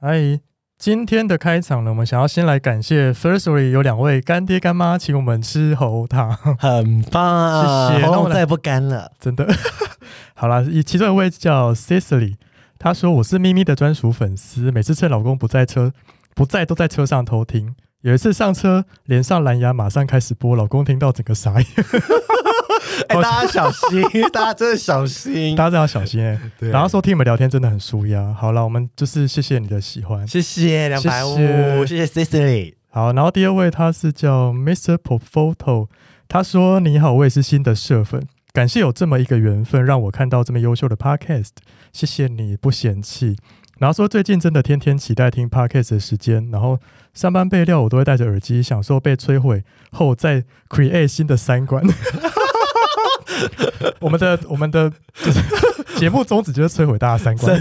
嗨，今天的开场呢，我们想要先来感谢 Firstly 有两位干爹干妈请我们吃喉糖， 很棒，谢谢喉那我咙来再不干 了。真的。 好啦，以其中一位叫 Cecily，她说我是咪咪的专属粉丝，每次趁老公不在车不在都在车上偷听。有一次上车连上蓝牙，马上开始播，老公听到整个傻眼。 哎、大家小心，大家真的小心。大家真的要小心哎、对然后说听你们聊天真的很舒压。好了，我们就是谢谢你的喜欢。谢谢两百五，谢谢 Cecily。好，然后第二位他是叫 Mr. p o p o t o 他说：“你好，我也是新的社粉，感谢有这么一个缘分，让我看到这么优秀的 Podcast，谢谢你不嫌弃。”然后说最近真的天天期待听 Podcast 的时间，然后上班备料我都会戴着耳机，享受被摧毁后再 create 新的三观。 我们的我们的就是节目宗旨就是摧毁大家三观，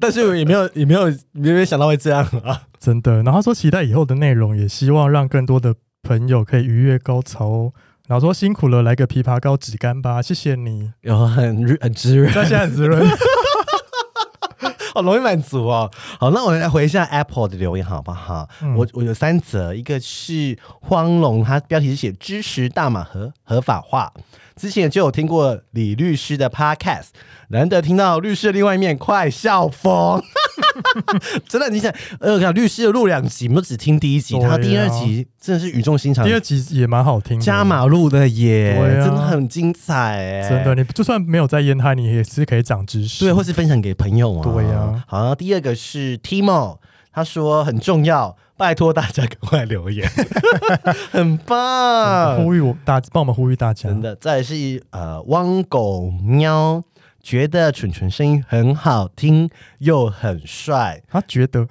但是我也没有，也没有，也没有想到会这样啊。真的。然后说期待以后的内容，也希望让更多的朋友可以愉悦高潮哦。然后说辛苦了，来个枇杷膏止干吧，谢谢 你。然后很很滋润，那现在很滋 润，好容易满足哦。好，那我来回一下 Apple 的留言好不好？嗯我我有三则，一个是荒龙，他标题是写支持大马合合法化。之前就有听过李律师的 Podcast，难得听到律师的另外一面，快笑疯。 真的，你想，呃，想律师的录两集，我们只听第一集，对啊他第二集真的是语重心长第，二集也蛮好听的，加码录的耶，对啊真的很精彩哎，真的，你就算没有在烟嗨，你也是可以长知识。对，或是分享给朋友啊。对呀好，然后第二个是 Timo，他说很重要，拜托大家赶快 留言，很真的棒，呼吁我大，帮我们呼吁大家，呃真的。再来是呃，汪狗喵。觉得蠢蠢声音很好听又很帅他觉得，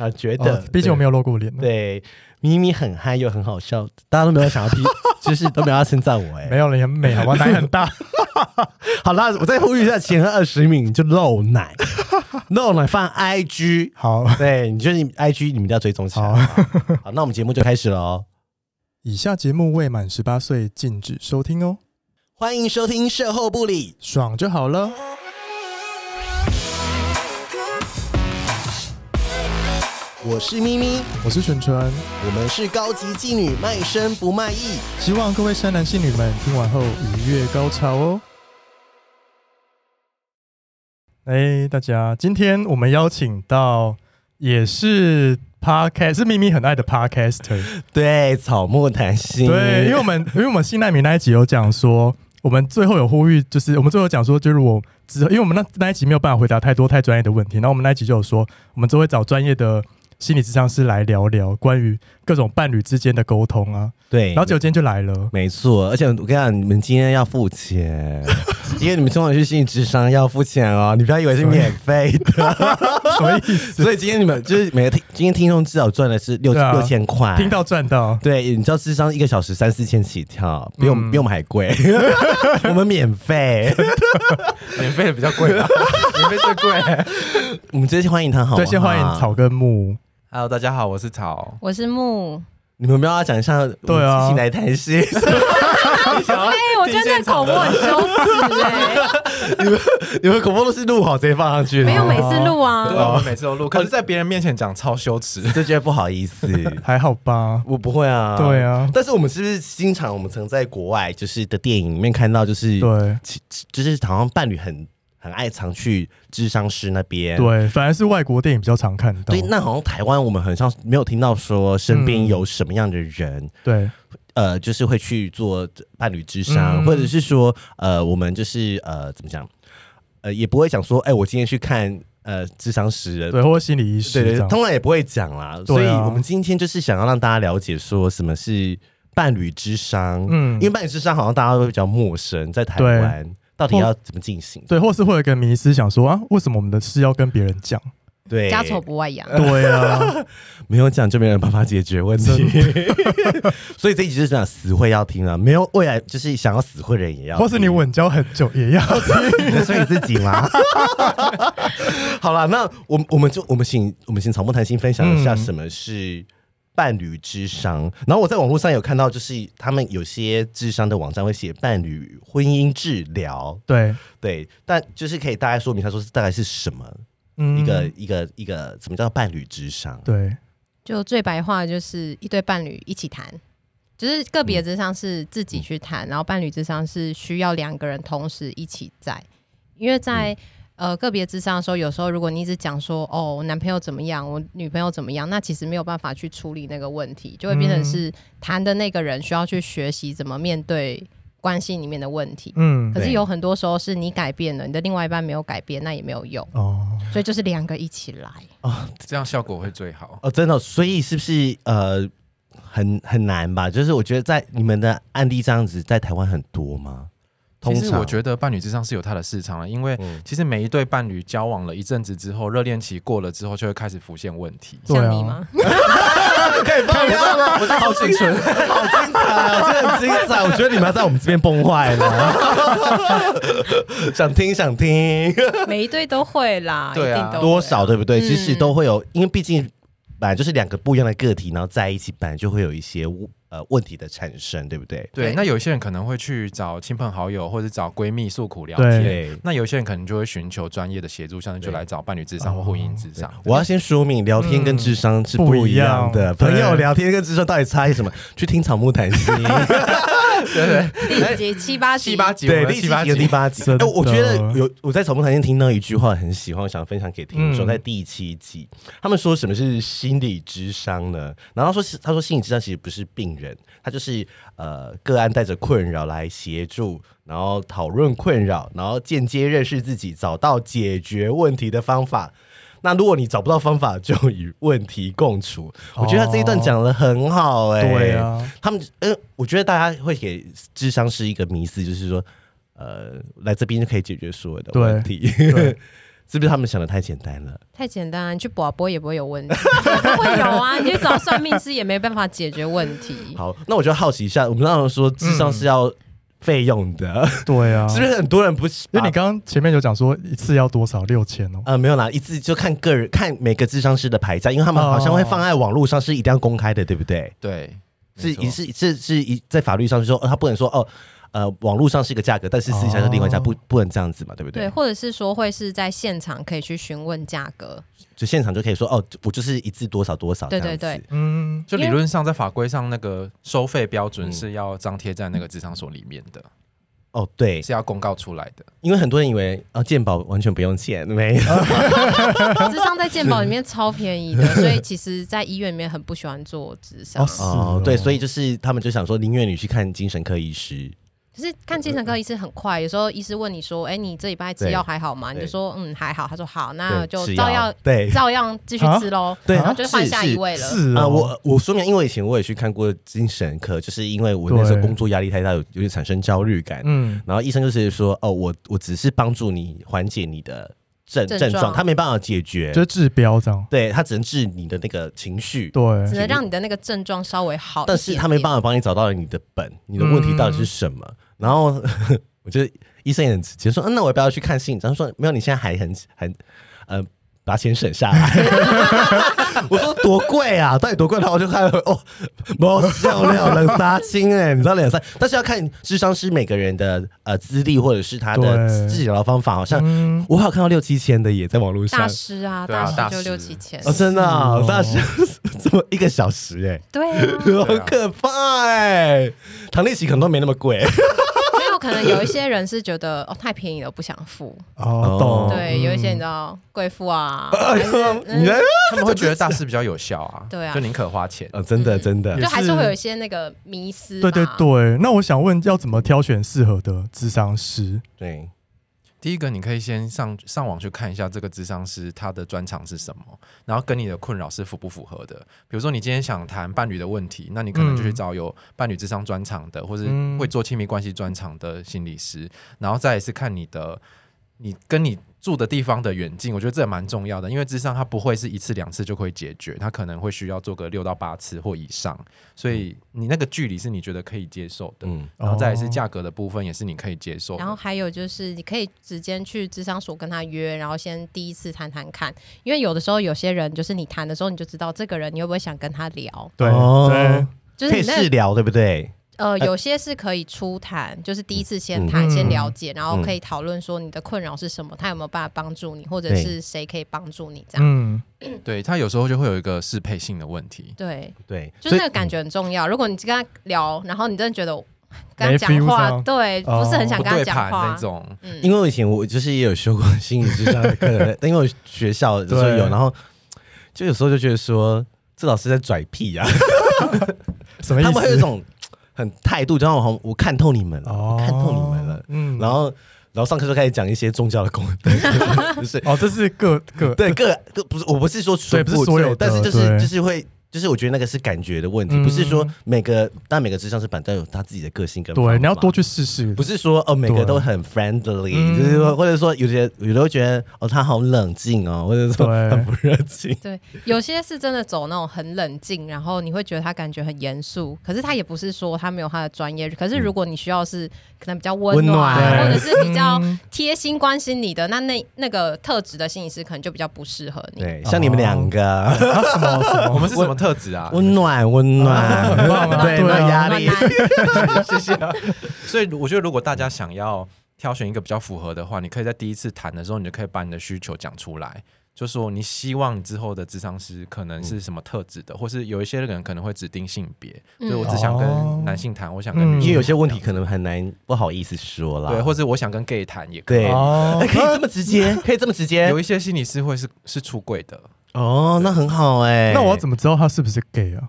啊！觉得哦，毕竟我没有有露过脸，，对咪咪很嗨又很好笑，大家都没有想要 批，就是都没有要称赞我哎、没有脸很美，好吧，奶很 大，好啦，我再呼吁一下，前二十名就露 奶，露奶放 IG，好。 对，你就是你 IG 你们一定要追踪起来。好好不好 好，那我们节目就开始了哦。以下节目未满十八岁禁止收听哦，欢迎收听《售后不理爽就好了。我是咪咪，我是纯纯，我们是高级妓女，卖身不卖艺。希望各位山男信女们听完后愉悦高潮哦。哎，大家，今天我们邀请到也是 podcast 是咪咪很爱的 podcaster，对，草木谈心。对，因为我们因为我们新难民那一集有讲说。我们最后有呼吁，就是我们最后讲说，就是我之后，因为我们那那一集没有办法回答太多太专业的问题，然后我们那一集就有说，我们就会找专业的心理咨商师来聊聊关于各种伴侣之间的沟通啊，对，然后结果今天就来了，没错，而且我跟你讲，你们今天要付 钱，因为你们中午去心理智商要付钱哦，你不要以为是免费的。什么意思？ 所以今天你们就是每个听，今天听众至少赚的是六对啊六千块，听到赚到，对，你知道智商一个小时三四千起跳，比我们、比我们还 贵，我们免费，免费的比较贵吧， 免费最贵。我们直接去欢迎他好吗？啊对，先欢迎草。根木。 Hello，大家好，我是草。我是木，你们不要讲一下，对啊进来谈 心。啊哎、我觉得那口播很羞耻哎、 你们恐怕都是录好直接放上去，没有每哦次录对，啊，我们每次都录，可是在别人面前讲超羞耻。就觉得不好意 思。还好吧？我不会啊，对啊但是我们是不是经常我们曾在国外就是的电影里面看到，就是对其，其就是好像伴侣很很爱常去智商师那边。对，反而是外国电影比较常看到对，。那好像台湾我们很像没有听到说嗯身边有什么样的人，对，呃，就是会去做伴侣智商，嗯或者是说，呃，我们就是呃，怎么讲，呃，也不会讲说，哎、我今天去看呃智商师了，对，或者心理医师这对对，样。通常也不会讲啦。所以对啊我们今天就是想要让大家了解说什么是伴侣智商，嗯嗯，因为伴侣智商好像大家都会比较陌生，在台对湾到底要怎么进行？对，或是会有一个迷思，想说啊，为什么我们的事要跟别人 讲？对，家丑不外扬。对啊，没有讲就没有人办法解决问题， 所以这一集就是讲死会要听了，啊没有未来就是想要死会的人也要听，或是你稳交很久也 要。你说你自己吗？好了，那我们我们就我们请我们请草木谈心分享一下什么是伴侣智商。然后我在网络上有看到，就是他们有些智商的网站会写伴侣婚姻治疗，对，对，但就是可以大概说明一下，说是大概是什么嗯一个、一个一个什么叫伴侣智商？对，就最白话就是一对伴侣一起谈，就是个别之上是自己去谈，然后伴侣之上是需要两个人同时一起在，因为在、呃个别之上的时候，有时候如果你一直讲说哦我男朋友怎么样，我女朋友怎么样，那其实没有办法去处理那个问题，就会变成是谈的那个人需要去学习怎么面对关系里面的问题。嗯可，是对有很多时候是你改变了，你的另外一半没有改变，那也没有用，哦，所以就是两个一起来。这样效果会最好。哦，真的哦，所以是不是呃很很难吧？就是我觉得在你们的案例这样子，在台湾很多吗？通其常实我觉得伴侣之上是有它的市场了，因为嗯其实每一对伴侣交往了一阵子之后，热恋期过了之后，就会开始浮现问题。对像啊你 吗？可以放掉吗？我在好清纯，好精彩啊！真的很精彩，我觉得你们要在我们这边崩坏了。 想听想听，每一对都会啦， 对啊一定都会多少对不对？嗯其实都会有，因为毕竟本来就是两个不一样的个体，然后在一起本来就会有一些呃问题的产生，对不对？对，对那有些人可能会去找亲朋好友，或者找闺蜜诉苦聊天。对。那有些人可能就会寻求专业的协助，像是就对来找伴侣智商或哦婚姻智 商。我要先说明，聊天跟智商是不一样的。嗯不一样朋友对聊天跟智商到底差异什么？ 去听草木谈心， 第几集七八集七八集，对，我们第七八集有第八集。真的哎，我觉得有我在草木谈心听到一句话很喜欢，我想分享给听嗯众，在第七集，他们说什么是心理智商呢？然后说是他说心理智商其实不是病人，他就是呃个案带着困扰来协助，然后讨论困扰，然后间接认识自己，找到解决问题的方法。那如果你找不到方法，就与问题共处。我觉得他这一段讲的很好、哎、对啊，他们呃，我觉得大家会给智商是一个迷思，就是说，呃，来这边就可以解决所有的对问题，对 是不是他们想的太简单了？太简单了，你去卜卜也不会有问题，都会有啊。你去找算命师也没办法解决问题。 好，那我就好奇一下，我们刚刚说智商是要费用的，对啊，是不是很多人不是？因为你刚刚前面有讲说一次要多少六千哦，呃，没有啦，一次就看个人，看每个智商师的牌价，因为他们好像会放在网络上，是一定要公开的，对不对？对，是没错一是是是一在法律上是说，哦，他不能说哦，呃，网络上是一个价格，但是私底下是另外一家，哦不不能这样子嘛，对不对，或者是说会是在现场可以去询问价格，就现场就可以说哦，我就是一次多少多少这对样子。对对嗯，就理因为论上在法规上那个收费标准嗯是要张贴在那个智商所里面的，哦，对，是要公告出来的。因为很多人以为啊，健保完全不用钱，没有，智商在健保里面超便宜的，所以其实，在医院里面很不喜欢做智商哦，是哦， 对，所以就是他们就想说，宁愿你去看精神科医师，可是看精神科医师很快，有时候医师问你说：“哎，你这礼拜吃对药还好吗？”你就对说：“嗯，还好。”他说：“好，那对就吃照药 样对。照样继续啊吃喽。”对然后就换是下是一位了。是啊、哦我我说明，因为以前我也去看过精神科，就是因为我那时候对工作压力太大，有有点产生焦虑感。嗯然后医生就是说，哦，我我只是帮助你缓解你的症症症状，状他没办法解决就，是治标这样，对他只能治你的那个情绪，只对，能让你的那个症状稍微好一点点，嗯但是他没办法帮你找到你的本，你的问题到底是什么。然后 我觉得医生也很直接说，嗯、那我要不要去看心理？他说没有，你现在还很很呃。把钱省下 来， 我说多贵啊，到底多贵？然后我就看 哦，没笑料冷杀青哎，你知道冷杀，但是要看智商师每个人的呃资历或者是他的对治疗方法，好像嗯，我好像看到六七千的也在网络上大，师啊，对啊大大师就师六七千，哦，真的啊、是哦大师 怎么一个小时哎、对啊，好可怕哎、唐立奇可能都没那么 贵，没有可能有一些人是觉得哦太便宜了不想付，哦，懂，对，有一些你嗯知道贵妇啊，呃你嗯呢？他们会觉得大师比较有效啊，对啊就宁可花钱。呃，真的真的也就还是是会有一些那个迷思，对对，对，那我想问，要怎么挑选适合的智商师？对，第一个，你可以先上上网去看一下这个智商师他的专长是什么，然后跟你的困扰是符不符合的。比如说，你今天想谈伴侣的问题，那你可能就去找有伴侣智商专长的，或是嗯会做亲密关系专长的心理师，然后再来是看你的你跟你住的地方的远近，我觉得这也蛮重要的，因为智商它不会是一次两次就可以解决，它可能会需要做个六到八次或以上，所以你那个距离是你觉得可以接受的。嗯，然后再来是哦价格的部分，也是你可以接受的。然后还有就是，你可以直接去智商所跟他约，然后先第一次谈谈看，因为有的时候有些人就是你谈的时候你就知道这个人你会不会想跟他聊，对哦对，就是可你以那试聊，对不对？呃，有些是可以初谈，就是第一次先谈，嗯先了解，然后可以讨论说你的困扰是什么，他有没有办法帮助你，或者对是谁可以帮助你这样。嗯，对他有时候就会有一个适配性的问题。对，对，就是那所个以嗯感觉很重要。如果你跟他聊，然后你真的觉得我跟没他 feel 讲话到，对，哦不是很想不跟他对讲盘话那， 种，嗯因为我以前我就是也有修过心理智商的课，因为我学校的时候对有，然后就有时候就觉得说这老师在拽屁 呀、什么意他们会有一思？种很态度，就让我好像我看透你们了，我看透你们了，嗯然后然后上课就开始讲一些宗教的功 德，就是哦，这是个 个对个个不是我不是说全对不是部所有的但是就对是就是会。就是我觉得那个是感觉的问题，嗯不是说每个，但每个智商是板凳有他自己的个性跟方法对，你要多去试试，不是说哦，每个都很 friendly，、嗯就是说，或者说有些有的会觉得哦，他好冷静哦，或者说对很不热情。对，有些是真的走那种很冷静，然后你会觉得他感觉很严肃，可是他也不是说他没有他的专业。可嗯是如果你需要是可能比较温温暖，啊暖或者是比较嗯贴心关心你的，那那那个特质的心理师可能就比较不适合你。对，像你们两个，啊什么什么我们是什么特质啊？温暖温暖，很棒啊对，对没啊有压力暖。男谢谢啊。所以我觉得，如果大家想要挑选一个比较符合的话，你可以在第一次谈的时候，你就可以把你的需求讲出来，就说你希望你之后的智商师可能是什么特质的，或是有一些人可能会指定性别，所嗯以我只想哦跟男性谈，我想跟女性嗯因谈，为有些问题可能很难不好意思说啦。对，或者我想跟 gay 谈也可以。对，哦哎，可以这么直接，可以这么直接有一些心理师会是是出柜的，哦，那很好哎。那我要怎么知道他是不是 gay 啊？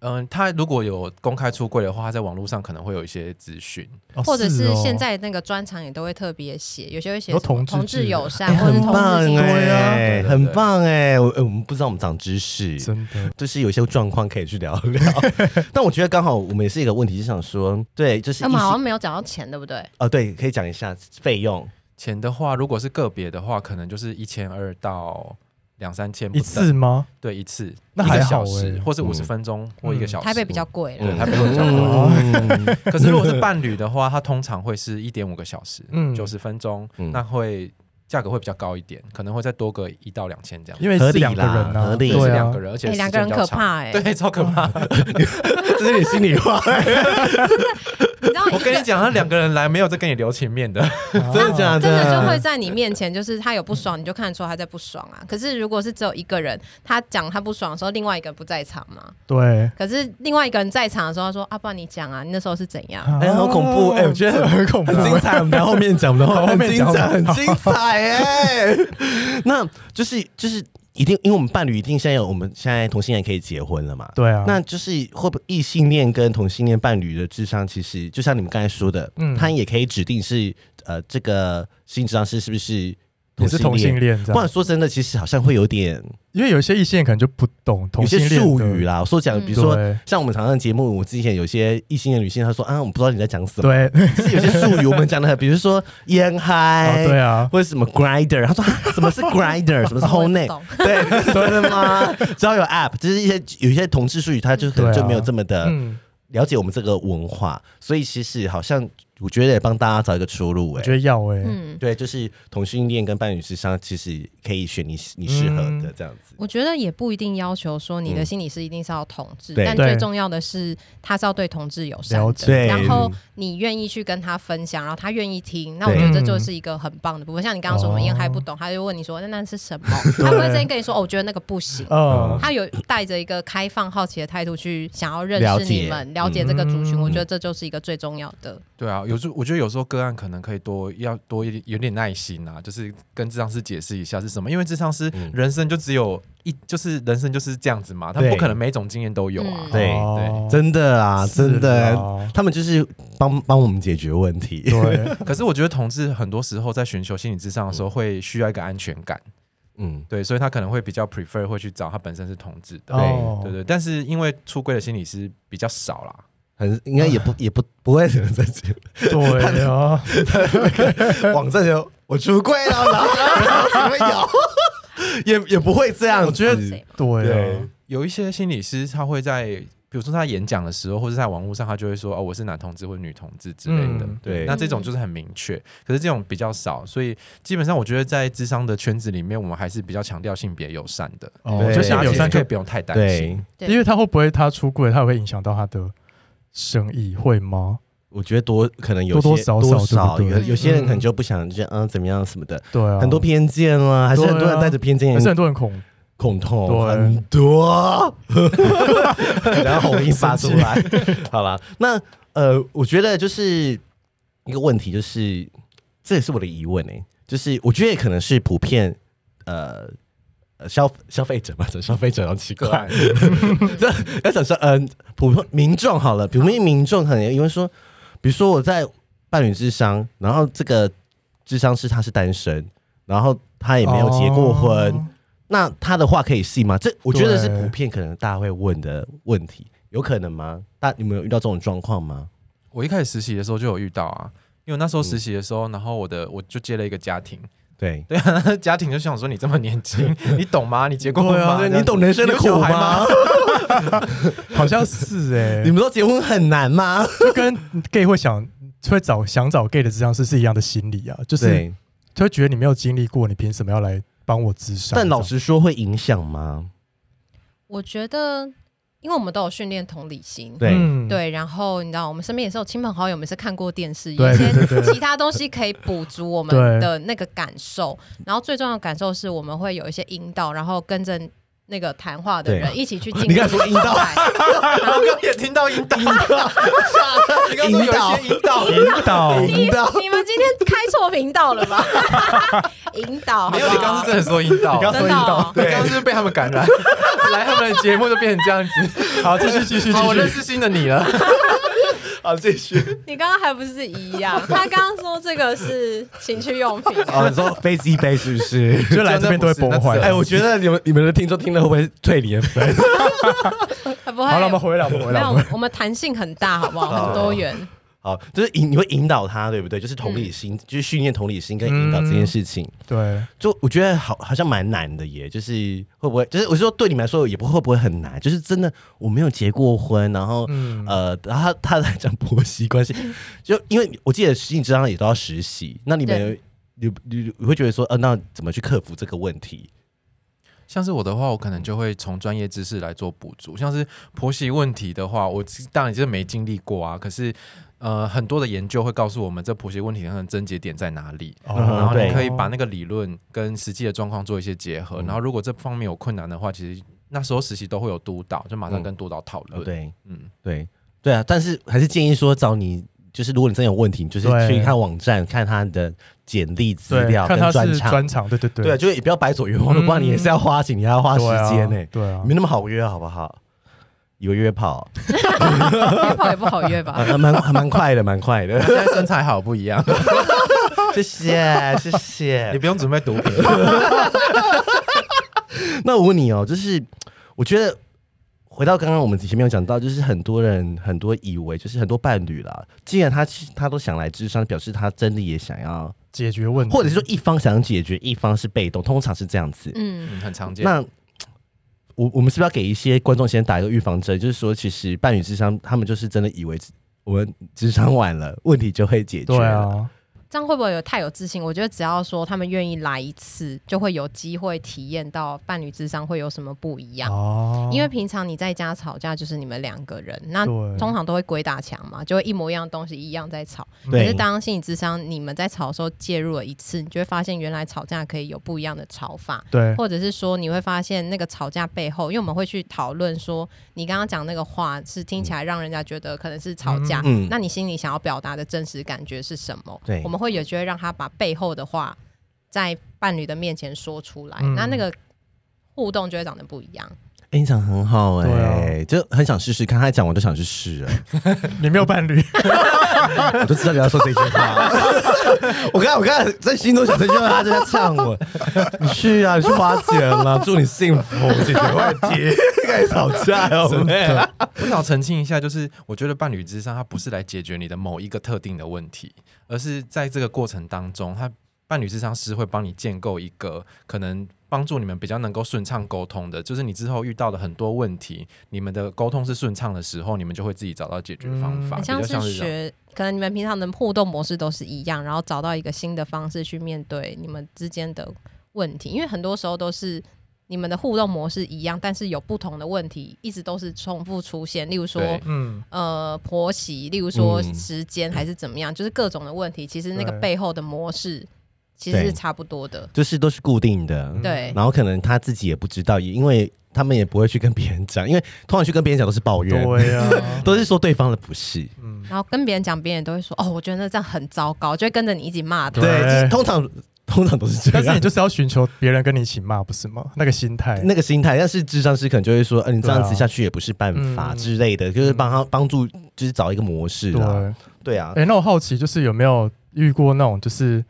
嗯，他如果有公开出柜的话，他在网络上可能会有一些资讯，哦或者是哦现在那个专场也都会特别写，有些会写有什么同志同志志友善哎，，啊或者很是同棒志性对啊哎，对对很对棒哎！我哎我们不知道我们长知识，真的就是有一些状况可以去聊聊。 但我觉得刚好我们也是一个问题，就想说，对，就是他一们好些像没有讲到钱，对不对？哦，对，可以讲一下费用，钱的话，如果是个别的话，可能就是一千二到两三千不一等次吗？对一次，那一个还好小时欸或是嗯五十分钟或一个小时。台北比较贵了对，嗯台北会比较贵。嗯， 可是如果是伴侣的话，它通常会是一点五个小时，嗯九十分钟，嗯那会价格会比较高一点，可能会再多个一到两千这样。因为合是理两个啦人啊，合理对，是 对两啊个，人，而且哎，时间两个人比较 可长，怕哎，对，超可怕。 这是你心里 话，你知道我一跟个你讲，他两个人来没有再跟你留情面的。啊真的假真的就会在你面前，就是他有不爽，你就看得出他在不爽啊。可是如果是只有一个人，他讲他不爽的时候，另外一个人不在场嘛。对。可是另外一个人在场的时候，他说：“啊，不然你讲啊，你那时候是怎样哎好恐怖哎我觉得这很恐怖很啊，精彩，我们到后面讲，我们到后面讲，很精彩哎。 那就是就是一定，因为我们伴侣一定现在有，我们现在同性恋可以结婚了嘛？对啊，那就是会不会异性恋跟同性恋伴侣的智商，其实就像你们刚才说的，嗯他也可以指定是呃，这个性智商师是不是也是同性恋？恋这不然样，说真的，其实好像会有点因为有些异性恋可能就不懂有同些性恋术的语，啦。我说讲，嗯比如说对像我们常上节目，我之前有些异性恋女性，她说啊，我们不知道你在讲什么，对，就是有些术语我们讲的，比如 说烟嗨、哦对啊，或者什么 grinder，她说、啊、什么是 grinder，什么是？”我 whole neck，也不懂对， 真的吗？只要有 app，就是一些有一些同志术语，它就可能对啊就没有这么的。嗯，了解我们这个文化，所以其实好像我觉得也帮大家找一个出路、我欸。觉得要哎， 嗯，对，就是同性恋跟伴侣智商，其实可以选你你适合嗯的这样子。哦我觉得也不一定要求说你的心理师一定是要同志，对但对最重要的是他是要对同志友善了的。对，然后你愿意去跟他分享，然后他愿意听，那我觉得这就是一个很棒的部分。像你刚刚说什么哦烟还不懂，他就问你说那那是什么？他不会直接跟你说哦，我觉得那个不行。嗯，他有带着一个开放好奇的态度去想要认了识解你们，了解这个族群，嗯我觉得这就是一个最重要的。对啊，有时候我觉得有时候个案可能可以多要多一点有点耐心啊，就是跟智商师解释一下是什么，因为智商师嗯人生就只有一，就是人生就是这样子嘛，他不对可能每种经验都有啊嗯。对哦真的啊，真是的，啊他们就是帮帮我们解决问 题。对，可是我觉得同志很多时候在寻求心理智商的时候会需要一个安全感，嗯，对，所以他可能会比较 prefer 会去找他本身是同志的，哦对对。但是因为出柜的心理师比较少啦，很应该也啊不也不 不会有人在这对啊，网站就我出柜了， 然后然后怎么有，也也不会这样子。我觉谁对啊对，有一些心理师他会在，比如说他演讲的时候，或者在网络上，他就会说哦，我是男同志或女同志之类的。嗯对那这种就是很明确，可是这种比较少，所以基本上我觉得在智商的圈子里面，我们还是比较强调性别友善的。哦，对我觉得性大别家友其实善可就以不用太担对心。对因为他会不会他出柜，他也会影响到他的生意，会吗？我觉得多可能有多多些少少对不有对有些人可能嗯就不想就嗯怎么样什么的，对啊，很多偏见啦，还是对啊很多人带着偏见还是很多人恐恐痛，对很多，然后红音发出来。好了，那呃，我觉得就是一个问题，就是这也是我的疑问哎、就是我觉得可能是普遍呃。呃消消费者嘛，讲消费者好奇怪，这要讲说，嗯、普通民众好了，普遍民众可能因为说，比如说我在伴侣智商，然后这个智商是他是单身，然后他也哎没有结过婚，哦那他的话可以信吗？这我觉得是对普遍可能大家会问的问题，有可能吗？大你们有遇到这种状况吗？我一开始实习的时候就有遇到啊，因为我那时候实习的时候，然后我的我就接了一个家庭，对，对啊， 家庭就想说你这么年轻，你懂吗？你结过婚对啊吗？对这样你懂人生的你有苦小孩吗 吗？？好像是哎、 你们都结婚很难吗？就跟 gay 会想会找想找 gay 的智商师是一样的心理啊，就是对，就会觉得你没有经历过，你凭什么要来帮我智商？但老师实说会影响吗？我觉得，因为我们都有训练同理心，对，对，然后你知道，我们身边也是有亲朋好友，我们是看过电视，有对一些对对对其他东西可以补足我们对的那个感受。然后最重要的感受是我们会有一些引导，然后跟着那个谈话的对人一起去进入你刚才说引导状态然后刚也听到 引导，你刚说有一些 引导，引导哦引导你们今天开错频道了吧？ 引导，没有，好你不好刚刚是真的说引导，你刚刚真的哦你刚刚是不是被他们感染， 来他们的节目就变成这样子。好，继续继续 好，我认继续。识新的你了。好，继续。你刚刚还不是一 样？他刚刚说这个是情趣用品，哦，你说飞机杯是不 是？就来这边都会崩坏。就那不是那只哎，我觉得你们你们的听众听了会不会退 你的分？他不会。好了，我们回来，我们回没来。我有们，啊我们弹性很大，好 不好？很多元。好，就是引你会引导他，对不对？就是同理心，就是训练同理心跟引导这件事情。对，就我觉得好好像蛮难的耶，就是会不会，就是我是说对你们来说也不会不会很难，就是真的我没有结过婚，然后、嗯呃，然后他他在讲婆媳关系， 就因为我记得心理智商也都要实习，那你们对有你你你会觉得说，呃，那怎么去克服这个问题？ 像是我的话，我可能就会从专业知识来做补足。像是婆媳问题的话，我当然就是没经历过啊，可是。呃，很多的研究会告诉我们，这婆媳问题可能症结点在哪里，哦嗯然后你对嗯可以把那个理论跟实际的状况做一些结合。然后如果这方面有困难的话，其实那时候实习都会有督导，就马上跟督导讨哦、论。对嗯，对对啊，但是还是建议说找你。就是如果你真的有问题，你就是对去看网站，看他的简历资对，料看跟他专是场，专场，对对对对，啊就是也不要白走冤枉路，嗯不然你也是要花钱，你还要花时间呢、欸对啊，没那么好约，好不好？有约炮，约炮也不好约啊吧？还蛮还蛮快的，蛮快的。现在身材好不一样，谢谢， 谢你谢。不用准备毒 品。那我问你哦，就是我觉得回到刚刚我们前面有讲到，就是很多人很多以为就是很多伴侣啦，既然他他都想来智商，表示他真的也想要，解决问题，或者是说一方想解决，一方是被动，通常是这样子。嗯，嗯，很常见。那我我们是不是要给一些观众先打一个预防针？就是说，其实伴侣智商，他们就是真的以为我们智商完了，问题就会解决对了。啊，这样会不会有太有自信？我觉得只要说他们愿意来一次，就会有机会体验到伴侣智商会有什么不一样。哦，因为平常你在家吵架就是你们两个人，那对通常都会鬼打墙嘛，就会一模一样的东西一样在吵。可嗯对是当心理智商你们在吵的时候介入了一次，你就会发现原来吵架可以有不一样的吵法。对或者是说你会发现那个吵架背后，因为我们会去讨论说你刚刚讲那个话是听起来让人家觉得可能是吵架，嗯嗯那你心里想要表达的真实感觉是什么？对我们会有机会让他把背后的话在伴侣的面前说出来，嗯那那个互动就会长得不一样。哎、你讲得很好哎、对啊就很想试试看。他讲我都想去试 了，你没有伴侣，我就知道你要说这句话。 我刚才我刚才在心中想这句话，他就在呛我。你去啊，你去花钱了，祝你幸福，解决问题， 开始吵架哦了，我们我想澄清一下，就是我觉得伴侣之上，它不是来解决你的某一个特定的问题，而是在这个过程当中，它伴侣之上是会帮你建构一个可能帮助你们比较能够顺畅沟通的，就是你之后遇到的很多问题，你们的沟通是顺畅的时候，你们就会自己找到解决方嗯法，很比较像像是是这样。学，可能你们平常的互动模式都是一样，然后找到一个新的方式去面对你们之间的问题，因为很多时候都是你们的互动模式一样，但是有不同的问题，一直都是重复出现。例如说对，嗯，呃，婆媳，例如说嗯时间还是怎么样，就是各种的问题，其实那个对背后的模式其实对是差不多的。就是都是固定的，对，然后可能他自己也不知道，也因为他们也不会去跟别人讲，因为通常去跟别人讲都是抱怨，对啊， 都是说对方的不是。啊嗯，然后跟别人讲，别人都会说：“哦，我觉得那这样很糟糕。”就会跟着你一起骂他。对对，就是通常通常都是这但是样你。就是要寻求别人跟你一起骂，不是吗？那个心态，那个心态，但是智商师可能就会说，嗯、你这样子下去也不是办对啊法嗯之类的，就是帮他帮助，就是找一个模式对，啦。哎、对啊，那我好奇就是有没有遇过那种就是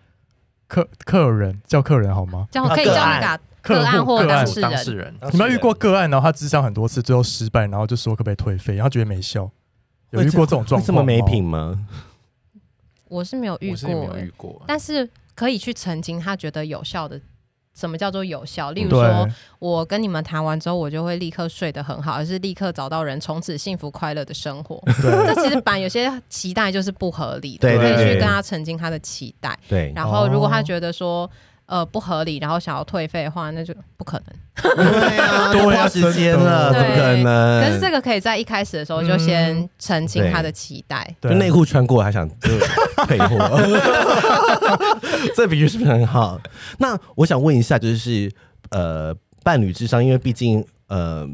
客客人叫客人好吗？叫啊可以个叫那案个啊客个案户或个当案事当人事人你们有遇过个案，然后他智商很多次，最后失败，然后就说可不可以退费，然后觉得没效，有会遇这过这种状况会这么没吗品吗？我是没有遇我是也没过、有欸遇过，但是可以去澄清他觉得有效的。什么叫做有效？例如说嗯对，，我跟你们谈完之后，我就会立刻睡得很好，而是立刻找到人，从此幸福快乐的生活。这其实版有些期待就是不合理的，对对可以去对哦跟他澄清他的期待。 对，然后如果他觉得说呃不合理，然后想要退费的话，那就不可能。对啊，对啊都花时间了，真怎的么可能？可是这个可以在一开始的时候就先澄清他的期待。嗯对就内裤穿过还想就退 货， 这比喻是不是很好？那我想问一下，就是呃，伴侣智商，因为毕竟呃，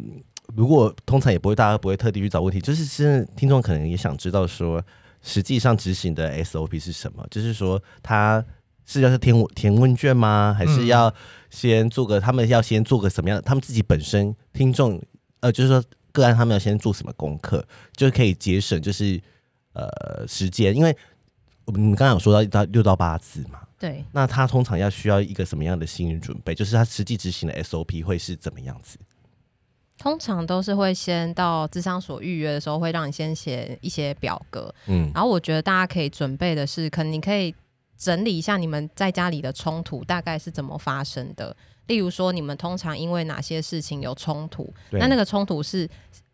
如果通常也不会大家不会特地去找问题，就是现在听众可能也想知道说，实际上执行的 SOP 是什么？就是说他。是要填我填问卷吗？还是要先做个、他们要先做个什么样的？他们自己本身听众呃，就是说个案他们要先做什么功课，就是可以节省就是呃时间，因为我们刚刚有说到到六到八次嘛，对，那他通常要需要一个什么样的心理准备？就是他实际执行的 SOP 会是怎么样子？通常都是会先到智商所预约的时候，会让你先写一些表格，嗯，然后我觉得大家可以准备的是，可能你可以整理一下你们在家里的冲突大概是怎么发生的。例如说，你们通常因为哪些事情有冲突？对那那个冲突是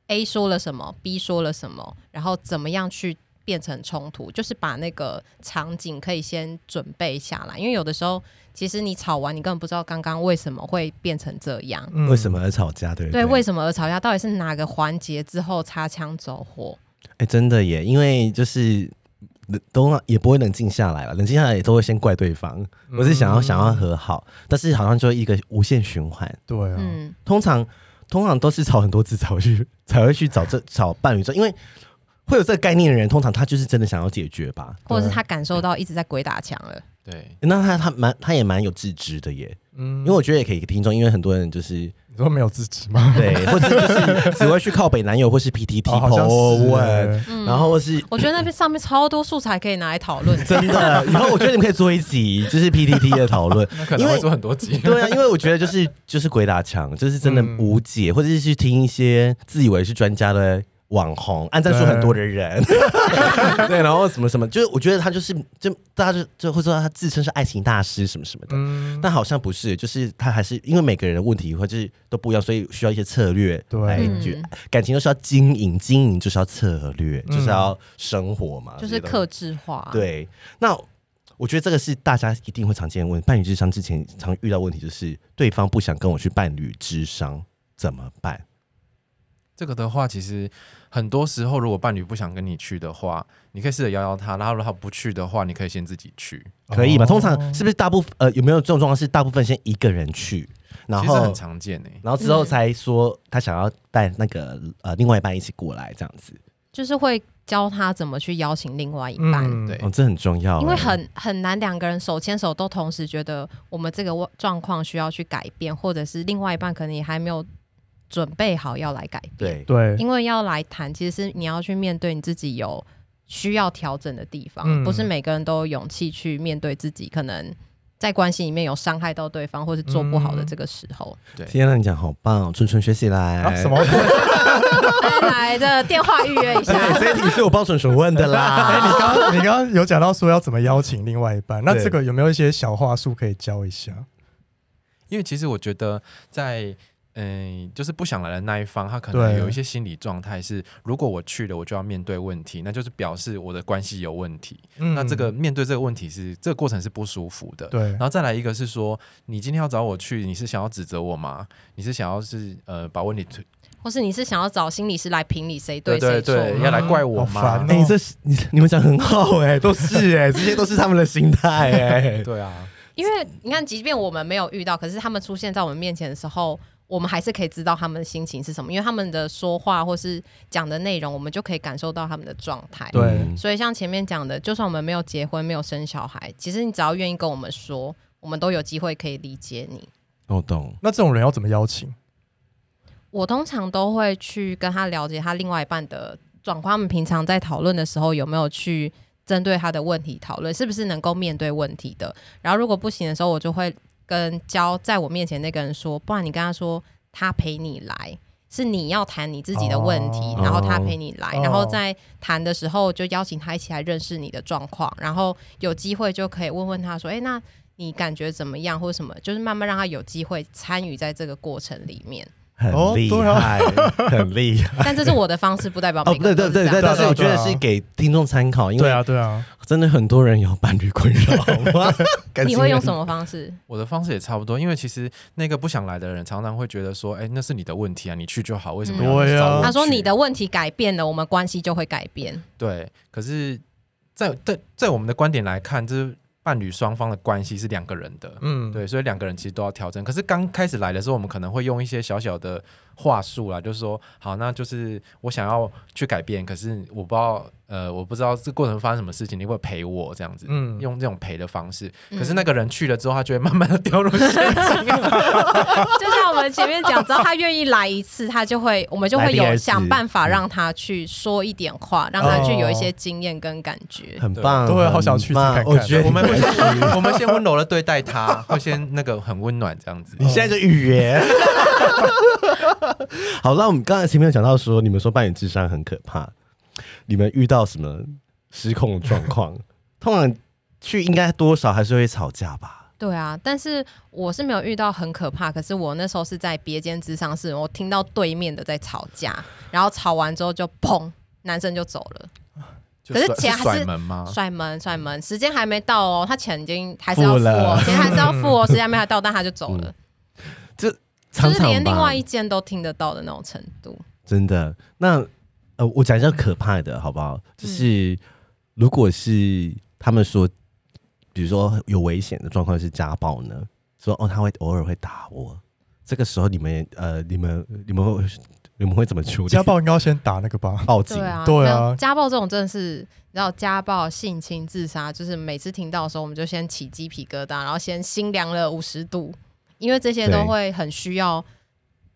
A 说了什么，B 说了什么，然后怎么样去变成冲突？就是把那个场景可以先准备下来，因为有的时候其实你吵完，你根本不知道刚刚为什么会变成这样。嗯为什么？而吵架？对不对，对，为什么而吵架？到底是哪个环节之后擦枪走火？哎、真的耶，因为就是。都也不会冷静下来了，冷静下来也都会先怪对方。嗯我是想要想要和好，但是好像就一个无限循环。对啊，嗯，通常通常都是吵很多次才会去才会去找这找伴侣，因为会有这个概念的人，通常他就是真的想要解决吧。或者是他感受到一直在鬼打墙了。对，那他他蛮他也蛮有自知的耶，嗯因为我觉得也可以给听众，因为很多人就是你说没有自知吗？ 对，或者就是只会去靠北男友或是 PTT 哦好像是头问，欸嗯然后或是。我觉得那边上面超多素材可以拿来讨论 真的，然后我觉得你们可以做一集就是 PTT 的讨论，那可因能为会做很多集。对啊，因为我觉得就是就是鬼打墙，就是真的嗯无解，或者是去听一些自以为是专家的网红，按赞数很多的人， 对，然后什么什么，就是我觉得他就是就大家就就会说他自称是爱情大师什么什么的，嗯，但好像不是，就是他还是因为每个人的问题或者是都不一样，所以需要一些策略对来嗯去、感情都是要经营，经营就是要策略，嗯就是要生活嘛，就啊这是啊些东西克制化。，对，那我觉得这个是大家一定会常见的问，伴侣智商之前常遇到问题就是对方不想跟我去伴侣智商怎么办？这个的话，其实很多时候，如果伴侣不想跟你去的话，你可以试着摇摇他，然后如果他不去的话，你可以先自己去。可以吗？哦通常是不是大部分呃有没有这种状况是大部分先一个人去，然其实后很常见欸诶、然后之后才说他想要带那个呃另外一半一起过来这样子？就是会教他怎么去邀请另外一半，嗯对哦，这很重要欸，因为很很难两个人手牵手都同时觉得我们这个状况需要去改变，或者是另外一半可能也还没有准备好要来改对变。对，因为要来谈，其实是你要去面对你自己有需要调整的地方，嗯不是每个人都有勇气去面对自己可能在关系里面有伤害到对方，或是做不好嗯的这个时候。天啊，你讲好棒哦，春春学起来啊什？ 么？ 来的电话预约一下。 哎这一题是我帮蠢蠢问的 哎，啦。你刚刚你刚刚有讲到说要怎么邀请另外一半，那对这个有没有一些小话术可以教一下？因为其实我觉得在嗯、就是不想来的那一方，他可对能有一些心理状态是，如果我去了，我就要面对问题，那就是表示我的关系有问题。嗯那这个面对这个问题是这个过程是不舒服的。 对然，后再来一个是说，你今天要找我去，你是想要指责我吗？你是想要是呃把问题推或是你是想要找心理师来评理谁对对谁错嗯对，吗？要来怪我好烦吗？哦哎、这是你你们讲得很好哎、都 是哎、这些都是他们的心态哎、对啊，因为你看，即便我们没有遇到，可是他们出现在我们面前的时候，我们还是可以知道他们的心情是什么，因为他们的说话或是讲的内容，我们就可以感受到他们的状态。对嗯所以像前面讲的，就算我们没有结婚、没有生小孩，其实你只要愿意跟我们说，我们都有机会可以理解你。我哦懂。那这种人要怎么邀请？我通常都会去跟他了解他另外一半的状况，他们平常在讨论的时候有没有去针对他的问题讨论，是不是能够面对问题的。然后如果不行的时候，我就会跟教在我面前那个人说，不然你跟他说他陪你来。是你要谈你自己的问题，哦然后他陪你来，哦然后在谈的时候就邀请他一起来认识你的状况，然后有机会就可以问问他说：“哎、那你感觉怎么样，或者什么？”就是慢慢让他有机会参与在这个过程里面。很哦厉对啊害， 很厉害。 但这是我的方式，不代表哦，每个对人对都对是对，这样但是对啊我觉对得啊是给听众参考，因对啊，为对啊，真的很多人有伴侣困扰。 你会用什么？么方式？我的方式也差不多，因为其实那个不想来的人常常会觉得说，哎、那是你的问题啊，你去就好，为什么要对啊找我去、嗯他说你的问题改变了，我们关系就会改变。对，可是在在在我们的观点来看，就是伴侣双方的关系是两个人的，嗯，对，所以两个人其实都要调整。可是刚开始来的时候，我们可能会用一些小小的话术啦，就是说，好，那就是我想要去改变，可是我不知道，呃，我不知道这过程发生什么事情，你会不会陪我这样子，嗯用这种陪的方式。嗯可是那个人去了之后，他就会慢慢的 掉入陷阱。 就像我们前面讲，只要他愿意来一次，他就会，我们就会来第有二次嗯想办法让他去说一点话，让他去有一些经验跟感觉。很棒，对很好想去去棒看看嗯我觉得我们你会先 我们先温柔的对待他， 会先那个很温暖这样子。哦你现在就预约。 好，那我们刚才前面有讲到说，你们说扮演智商很可怕，你们遇到什么失控的状况？通常去应该多少还是会吵架吧？对啊，但是我是没有遇到很可怕，可是我那时候是在别间之上室，我听到对面的在吵架，然后吵完之后就砰，男生就走了，就可是甩钱还是甩门吗？啊甩门甩门，时间还没到哦，他钱已经还是要付付了哦，钱还是要付哦，时间还没有到，但他就走了。就常是常连吧另外一间都听得到的那种程度。真的，那呃，我讲一下可怕的好不好？就是、嗯如果是他们说，比如说有危险的状况是家暴呢，说哦他会偶尔会打我，这个时候你们呃你们你们会你们会怎么处理？ 家暴应该要先打那个吧？报警对啊，对啊像家暴这种真的是，你知道家暴、性侵、自杀，就是每次听到的时候，我们就先起鸡皮疙瘩，然后先心凉了五十度，因为这些都对会很需要，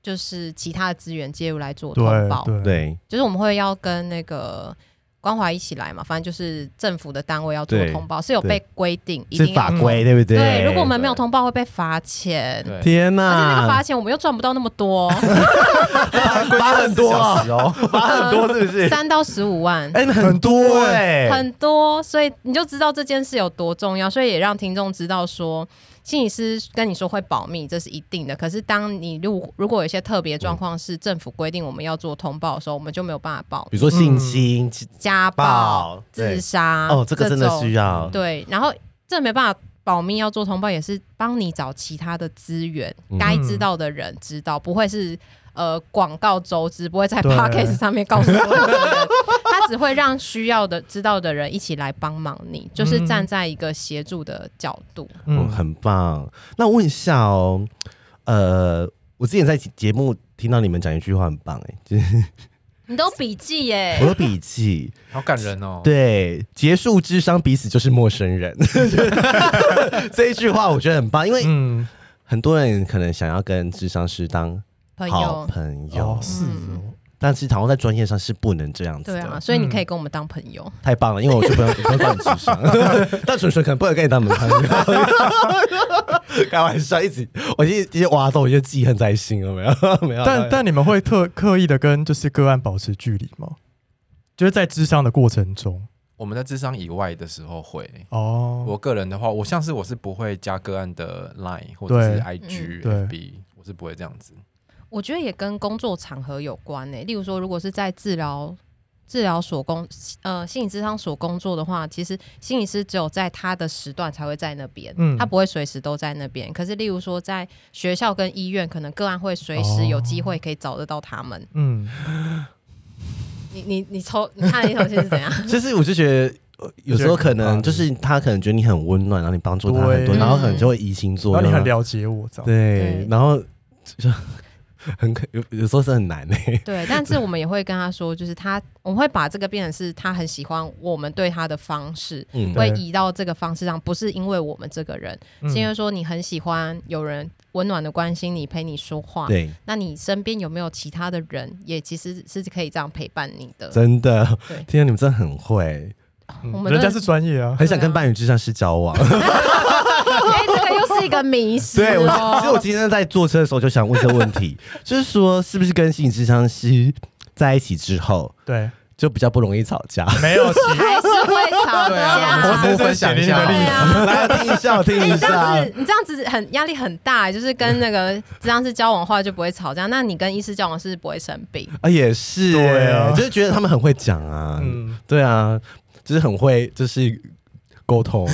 就是其他的资源介入来做通报。对对对就是我们会要跟那个关怀一起来嘛，反正就是政府的单位要做对通报，是有对被规定一是定要法规对不对？对，如果我们没有对通报会被罚钱，对天而且那个哪罚，钱我们又赚不到那么多。啊罚很多24小啊时哦， 罚很多是不是？嗯三到十五万，哎，很多 哎，很多，所以你就知道这件事有多重要，所以也让听众知道说。心理师跟你说会保密，这是一定的。可是当你如如果有一些特别状况是政府规定我们要做通报的时候，我们就没有办法报比如说性侵家暴、暴对自杀哦，这个真的种需要对。然后这没办法保密，要做通报也是帮你找其他的资源嗯，该、知道的人知道，不会是呃广告周知，不会在对 podcast 上面告诉所有的人，他只会让需要的知道的人一起来帮忙你，就是站在一个协助的角度。嗯，很棒。那问一下哦，呃，我之前在节目听到你们讲一句话很棒、哎，就是你都笔记耶、我有笔记，好感人哦。对，结束智商彼此就是陌生人， 这一句话我觉得很棒，因为嗯，很多人可能想要跟智商师当朋好友。朋友，哦，是哦嗯，但是好像在专业上是不能这样子对的，啊，所以你可嗯以跟我们当朋友。太棒了，因为我就不用不用找你智商，但纯纯可能不能跟你当朋友， 开玩笑，一直我一直挖到我就记恨在心，有没有？ 没有，但但你们会特刻意的跟就是个案保持距离吗？就是在智商的过程中我们在智商以外的时候会，哦，我个人的话，我像是我是不会加个案的 Line 或者是对 IG、嗯 FB，我是不会这样子。我觉得也跟工作场合有关欸诶、例如说，如果是在治疗治疗所工呃心理咨商所工作的话，其实心理师只有在他的时段才会在那边，嗯他不会随时都在那边。可是，例如说在学校跟医院，可能个案会随时有机哦会可以找得到他们。嗯，你你你抽，你看你头先是 怎样？ 其实我就觉得。呃有时候可能就是他可能觉得你很温暖，然后你帮助他很多，对然后可能就会移情作然后用。你很了解我，这样对对，然后就很可有有时候是很难诶、对，但是我们也会跟他说，就是他，我们会把这个变成是他很喜欢我们对他的方式，嗯，会对移到这个方式上，不是因为我们这个人，嗯是因为说你很喜欢有人温暖的关心你，陪你说话。对，那你身边有没有其他的人也其实是可以这样陪伴你的？真的对，天啊，你们真的很会，嗯我们人都家是专业啊，很想跟伴侣智商师交 往。 哎、这个又是一个迷哦失对，我咯其实我今天在坐车的时候就想问这个问题， 就是说是不是跟心理智商师在一起之后对，就比较不容易吵 架？没有其 还是会吵对啊架。我只是分享一下在写你的例子对啊， 来听一下，我听一你这样下子，，你这样子很压力很大，就是跟那个这样是交往的话就不会吵架。那你跟医师交往是不会生病，啊，也是，对啊就是觉得他们很会讲啊，嗯，对啊，就是很会，就是沟 通，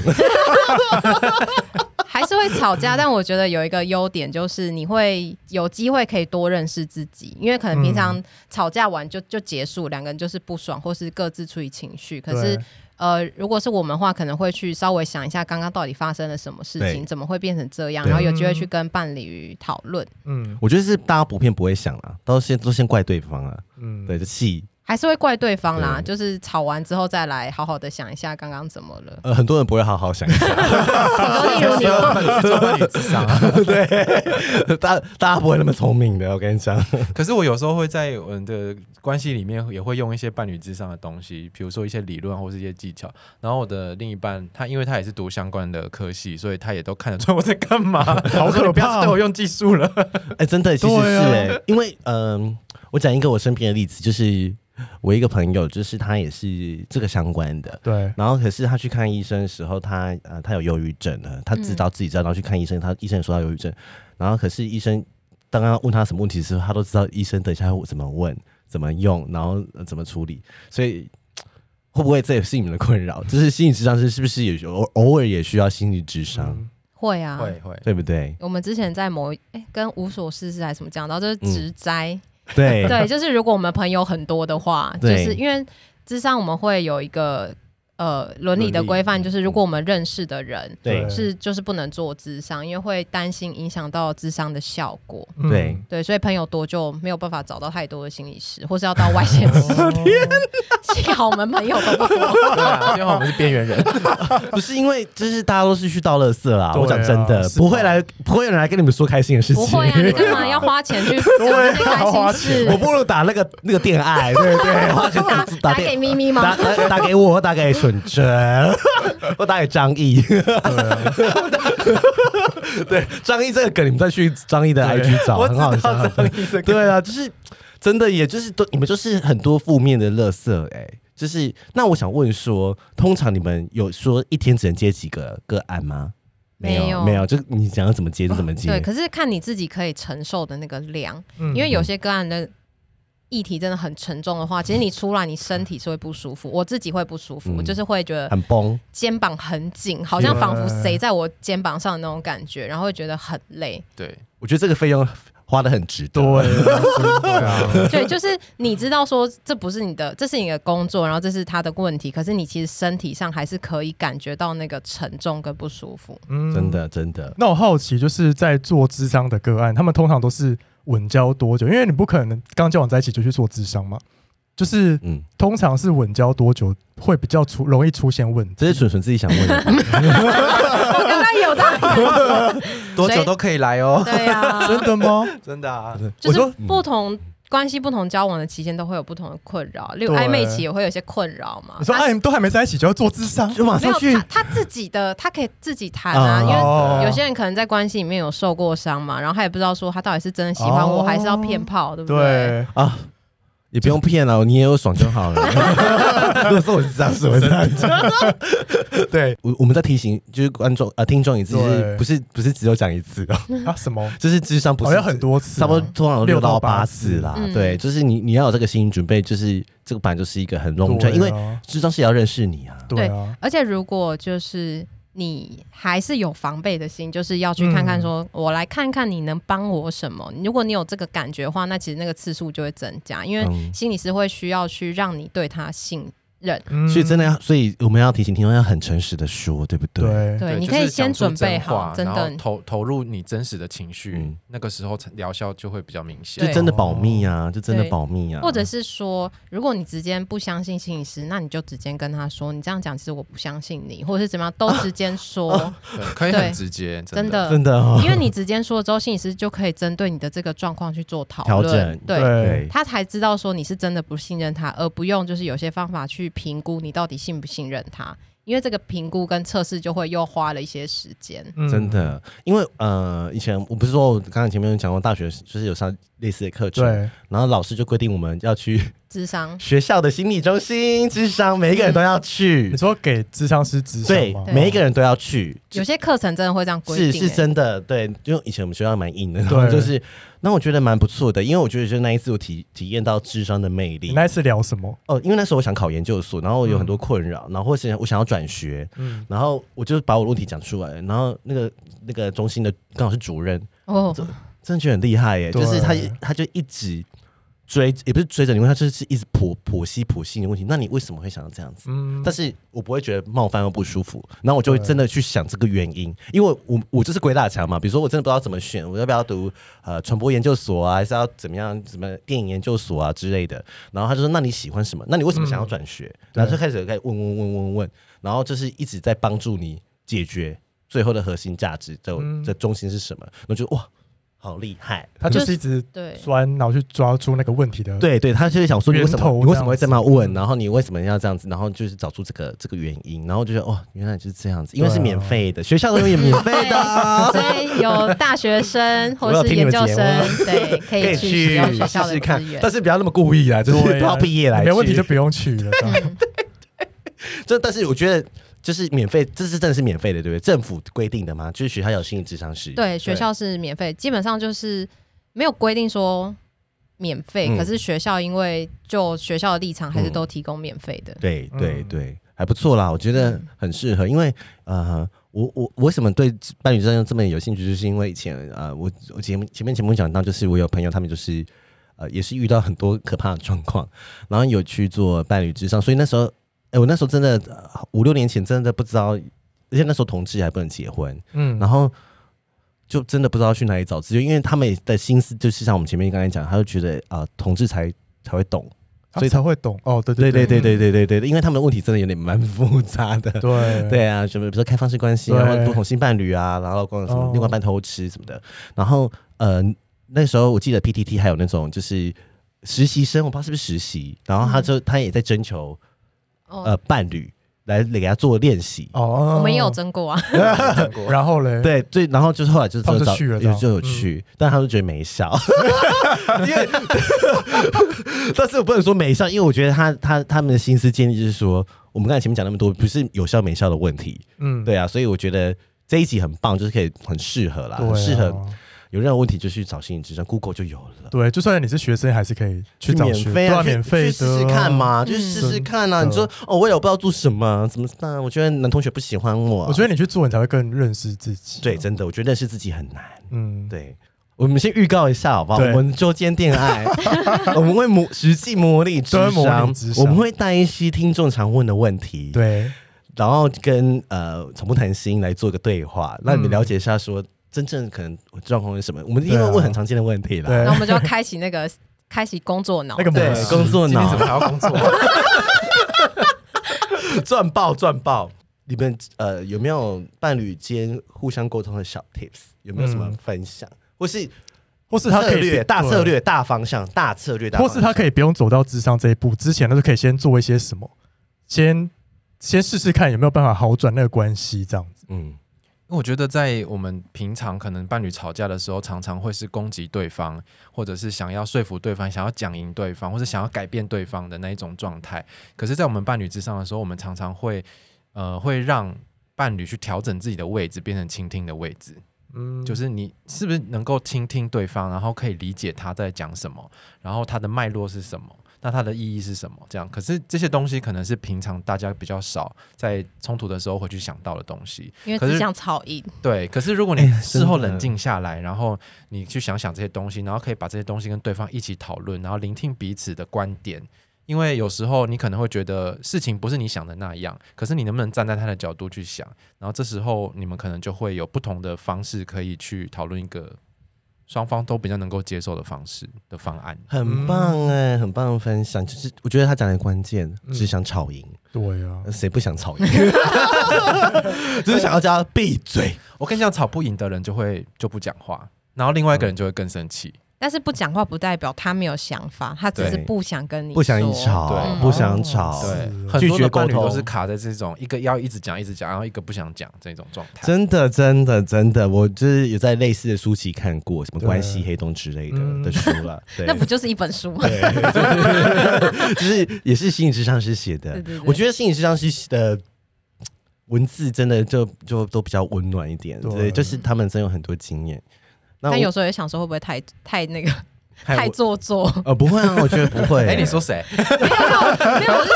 还是会吵架。但我觉得有一个优点就是你会有机会可以多认识自己，因为可能平常吵架完就就结束，两个人就是不爽或是各自处理情绪。可是对呃，如果是我们的话，可能会去稍微想一下刚刚到底发生了什么事对情，怎么会变成这样，对然后有机会去跟伴侣讨论，嗯我觉得是大家普遍不会想啦，都先都先怪对方啊，嗯，对，就气。还是会怪对方啦。对就是吵完之后再来好好的想一下刚刚怎么了。呃，很多人不会好好想一下，例如你啊做伴侣 智商啊。对，大大家不会那么聪明的，我跟你讲，可是我有时候会在我们的关系里面也会用一些伴侣之上的东西，比如说一些理论或是一些技巧。然后我的另一半，他因为他也是读相关的科系，所以他也都看得出来我在干嘛。好我说你不可要怕再对我用技术了。哎、真的其实对是啊哎、因为嗯、我讲一个我身边的例子，就是我一个朋友，就是他也是这个相关的，对，然后可是他去看医生的时候，他呃他有忧郁症了，他嗯知道自己知道，然后去看医生，他医生也说他忧郁症，然后可是医生刚刚问他什么问题的时候，他都知道医生等一下会怎么问、怎么用，然后、呃怎么处理，所以。会不会这也是你们的困扰？就是心理智商师是不是也偶偶尔也需要心理智商，嗯会啊，会，对不对？ 我们之前在某哎跟无所事事还是什么讲到，就是直摘，对 对，就是如果我们朋友很多的话，就对是因为智商我们会有一个呃伦理的伦理规范，嗯就是如果我们认识的人对对是就是不能做智商，因为会担心影响到智商的效果。对嗯对，所以朋友多就没有办法找到太多的心理师，或是要到外 县市。 幸好我们朋友都不多，对啊，因为我们是边缘人，不是因为就是大家都是去倒垃圾啦。对啊我讲真的，是吧不会来，不会有人来跟你们说开心的事情。不会啊，你干嘛要花钱去做这些对花开心钱事？我不如打那个那个 恋爱，对不对？花钱打啊打给咪咪吗打？打打给我，或打给纯真，或打给张译。对，张译这个梗，你们再去张译的 IG 找，很好笑。对啊，就是真的，也就是都你们就是很多负面的垃圾哎、就是那我想问说，通常你们有说一天只能接几个个案吗？没有，有没有，就你想要怎么接就怎么接。对，可是看你自己可以承受的那个量，嗯因为有些个案的议题真的很沉重的话，其实你出来你身体是会不舒服，我自己会不舒服，嗯就是会觉得很崩，肩膀很紧，好像仿佛谁在我肩膀上的那种感觉，然后会觉得很累。对，我觉得这个费用花的很值 得。对啊，对，就是你知道说这不是你的，这是你的工作，然后这是他的问题，可是你其实身体上还是可以感觉到那个沉重跟不舒服。 嗯真。的真的，那我好奇，就是在做智商的个案，他们通常都是稳交多久？因为你不可能刚交往在一起就去做智商嘛，就是嗯，通常是稳交多久会比较出容易出现问题？这是纯纯自己想 问的，我刚刚有在讲，多久都可以来哦，对呀、真的吗？真的啊。就我是说不同关系、不同交往的期间都会有不同的困扰，例如对暧昧期也会有一些困扰嘛。你说他哎，你都还没在一起就要做智商？就马没上啊有啊去他他自己的，他可以自己谈啊，哦因哦为有些人可能在关系里面有受过伤嘛，然后他也不知道说他到底是真的喜欢我，哦还是要骗炮，对不对？对，啊！也不用骗了，你也有爽就 好了。如果说我是这样说，我是这样说 对，我我们在提醒就是观众呃听众一次，就是对不是不是只有讲一次哦， 啊什么？就是智商不好是像很多次啊，差不多通常有六六到到八八次次啦。嗯对，就是你你要有这个心理准备，就是这个版就是一个很冗长，对啊因为智商是也要认识你啊。对啊，而且如果就是你还是有防备的心，就是要去看看说，我来看看你能帮我什么。如果你有这个感觉的话，那其实那个次数就会增加，因为嗯，心理师会需要去让你对他信任。嗯所以真的要，所以我们要提醒听众要很诚实的说，对不对？对对，你就是可以讲先出准备真话好，真然的后。投投入你真实的情绪，嗯那个时候才疗效就会比较明显就。真的保密啊，就真的对保密啊。或者是说，如果你直接不相信心理师，那你就直接跟他说，你这样讲，其实我不相信你，或者是怎么样，都直接说， 对，可以对很直接，真的。的，啊真的哦， 因为你直接说了之后，心理师就可以针对你的这个状况去做讨调论整对，对，他才知道说你是真的不信任他，而不用就是有些方法去评估你到底信不信任他，因为这个评估跟测试就会又花了一些时间。嗯真的，因为呃，以前我不是说我刚才前面有讲过，大学就是有上类似的课程，对，然后老师就规定我们要去 智商学校的心理中心智商，每一个人都要去你，说给智商师指对，每一个人都要去，有些课程真的会这样规定、是欸，是真的，对，因为以前我们学校蛮硬的，然对后就是，那我觉得蛮不错的，因为我觉得就那一次我体体验到智商的魅你力。那嗯次聊什么？哦，因为那时候我想考研究所，然后我有很多困扰，然后或是我想要转学，嗯，然后我就把我的问题讲出来，然后那个那个中心的刚好是主任，哦，真的觉得很厉害耶，对就是他他就一直追，也不是追着你问，他就是一直剖剖析剖析你的问题，那你为什么会想要这样子？嗯但是我不会觉得冒犯又不舒服，然后我就会真的去想这个原因，因为我我就是鬼打墙嘛。比如说我真的不知道怎么选，我要不要读呃传播研究所啊，还是要怎么样什么电影研究所啊之类的。然后他就说：“那你喜欢什么？那你为什么想要转学？”然后就开始开始问问问问问，然后就是一直在帮助你解决最后的核心价值的嗯的中心是什么。然后就哇，好厉害！他就是一直对，钻，然后去抓住那个问题的，，对对，他就是想说你为什源么头你为什么会这嗯这嗯样么子问，然后你为什么要这样子，然后就是找出这个这个原因，然后就觉得哇，原来就是这样子，因为对啊是免费的，学校都有免费的 啊，所以有大学生或 我有是听研你们究节生目啊， 对，可可以以去使用学校试的试看资，源嗯但。是不要那么故意啦，就是 对啊到毕业来没问题去就不用去了。这 样这但是我觉得就是免费，这是真的是免费的，对不对？政府规定的吗？就是学校有心理智商师， 对，学校是免费，基本上就是没有规定说免费，嗯可是学校因为就学校的立场，还是嗯都提供免费的。对对嗯对，还不错啦，我觉得很适合，因为呃，我我我为什么对伴侣之间这么有兴趣，就是因为以前呃，我我节目前面节目讲到，就是我有朋友他们就是呃，也是遇到很多可怕的状况，然后有去做伴侣之上，所以那时候，哎、我那时候真的呃五六年前真的不知道，而且那时候同志还不能结婚，嗯，然后就真的不知道去哪里找资源，因为他们的心思就是像我们前面刚才讲，他就觉得啊、呃同志才才会懂。所以才会懂哦，对对对嗯对对对对对对对，因为他们的问题真的有点蛮 复杂的。对对啊，什么比如说开放式关系啊，对或者多重性伴侣啊，然后光什哦么另外一半偷吃什么的。然后呃，那时候我记得 PTT 还有那种就是实习生，我不知道是不是实习，然后他就、他也在征求哦，呃伴侣来给他做练习。哦，我们也有争过 啊，然后嘞，对，对，然后就是后来就是他们就找去了有这就样嗯有去，但他们觉得没效， 因为， 但是我不能说没效，因为我觉得他他他们的心思建立就是说，我们刚才前面讲那么多，不是有效没效的问题，嗯，对啊，所以我觉得这一集很棒，就是可以很适合啦，对啊，很适合有任何问题就去找心理咨询，Google 就有了。对，就算你是学生，还是可以去找免学费对啊，啊，去免费的去试试看。嘛，就嗯是试试看啊。真的你说哦，我也不知道做什么，怎么办？我觉得男同学不喜欢我，我觉得得你去做，你才会更认识自己。对，，真的，我觉得认识自己很难。嗯，对，我们先预告一下好不好？我对们周间 恋爱，我们会磨实际磨砺智对磨砺商智，商我们会带一些听众常问的问题，，对，然后跟呃从不谈心来做个对话，让你们了解一下说。真正可能状况是什么？我们因对为啊问很常见的问题啦，对然后我们就要开启那个开启工作脑那。个模对式工作今天怎脑么还要工作？赚爆赚爆！你们呃有没有伴侣间互相沟通的小 tips？有没有什么嗯分享？或是或是他策可以略、大对策略、大方向、大策略、大方或向？是他可以不用走到智商这一步之前，他就可以先做一些什么，先先试试看有没有办法好转那个关系，这样子。嗯，因为我觉得在我们平常可能伴侣吵架的时候，常常会是攻击对方，或者是想要说服对方，想要讲赢对方，或者想要改变对方的那一种状态。可是，在我们伴侣之上的时候，我们常常会呃会让伴侣去调整自己的位置，变成倾听的位置。嗯就是你是不是能够倾听对方，然后可以理解他在讲什么，然后他的脉络是什么，那他的意义是什么？这样，可是这些东西可能是平常大家比较少在冲突的时候会去想到的东西。因为可是只想吵赢。对，可是如果你事后哎真的冷静下来，然后你去想想这些东西，然后可以把这些东西跟对方一起讨论，然后聆听彼此的观点。因为有时候你可能会觉得事情不是你想的那样，可是你能不能站在他的角度去想？然后这时候你们可能就会有不同的方式可以去讨论一个双方都比较能够接受的方式的方案。很棒嗯哎、很棒的分享。就是我觉得他讲的关键，只想吵赢，呃对啊，谁不 想吵赢？ 只是想要叫他闭嘴。我跟你讲，吵不赢的人就会就不讲话，然后另外一个人就会更生气。但是不讲话不代表他没有想法，他只是对不想跟你不想一说吵，对不想吵，对是，很哦拒多绝的沟伴侣通都是卡在这种一个要一直讲一直讲，然后一个不想讲这种状态。真的，真的，真的，我就是有在类似的书籍看过，什么对关系黑洞之类的嗯的书 了。对那，不就是一本书吗？ 就是也是心理智商师写的对对对。我觉得心理智商师的文字真的就就都比较温暖一点，对对，就是他们真有很多经验。那但我有时候也想说，会不会太太那个还有太我做作？ 呃不会啊，我觉得不会。哎、你说谁？没有，没有，我是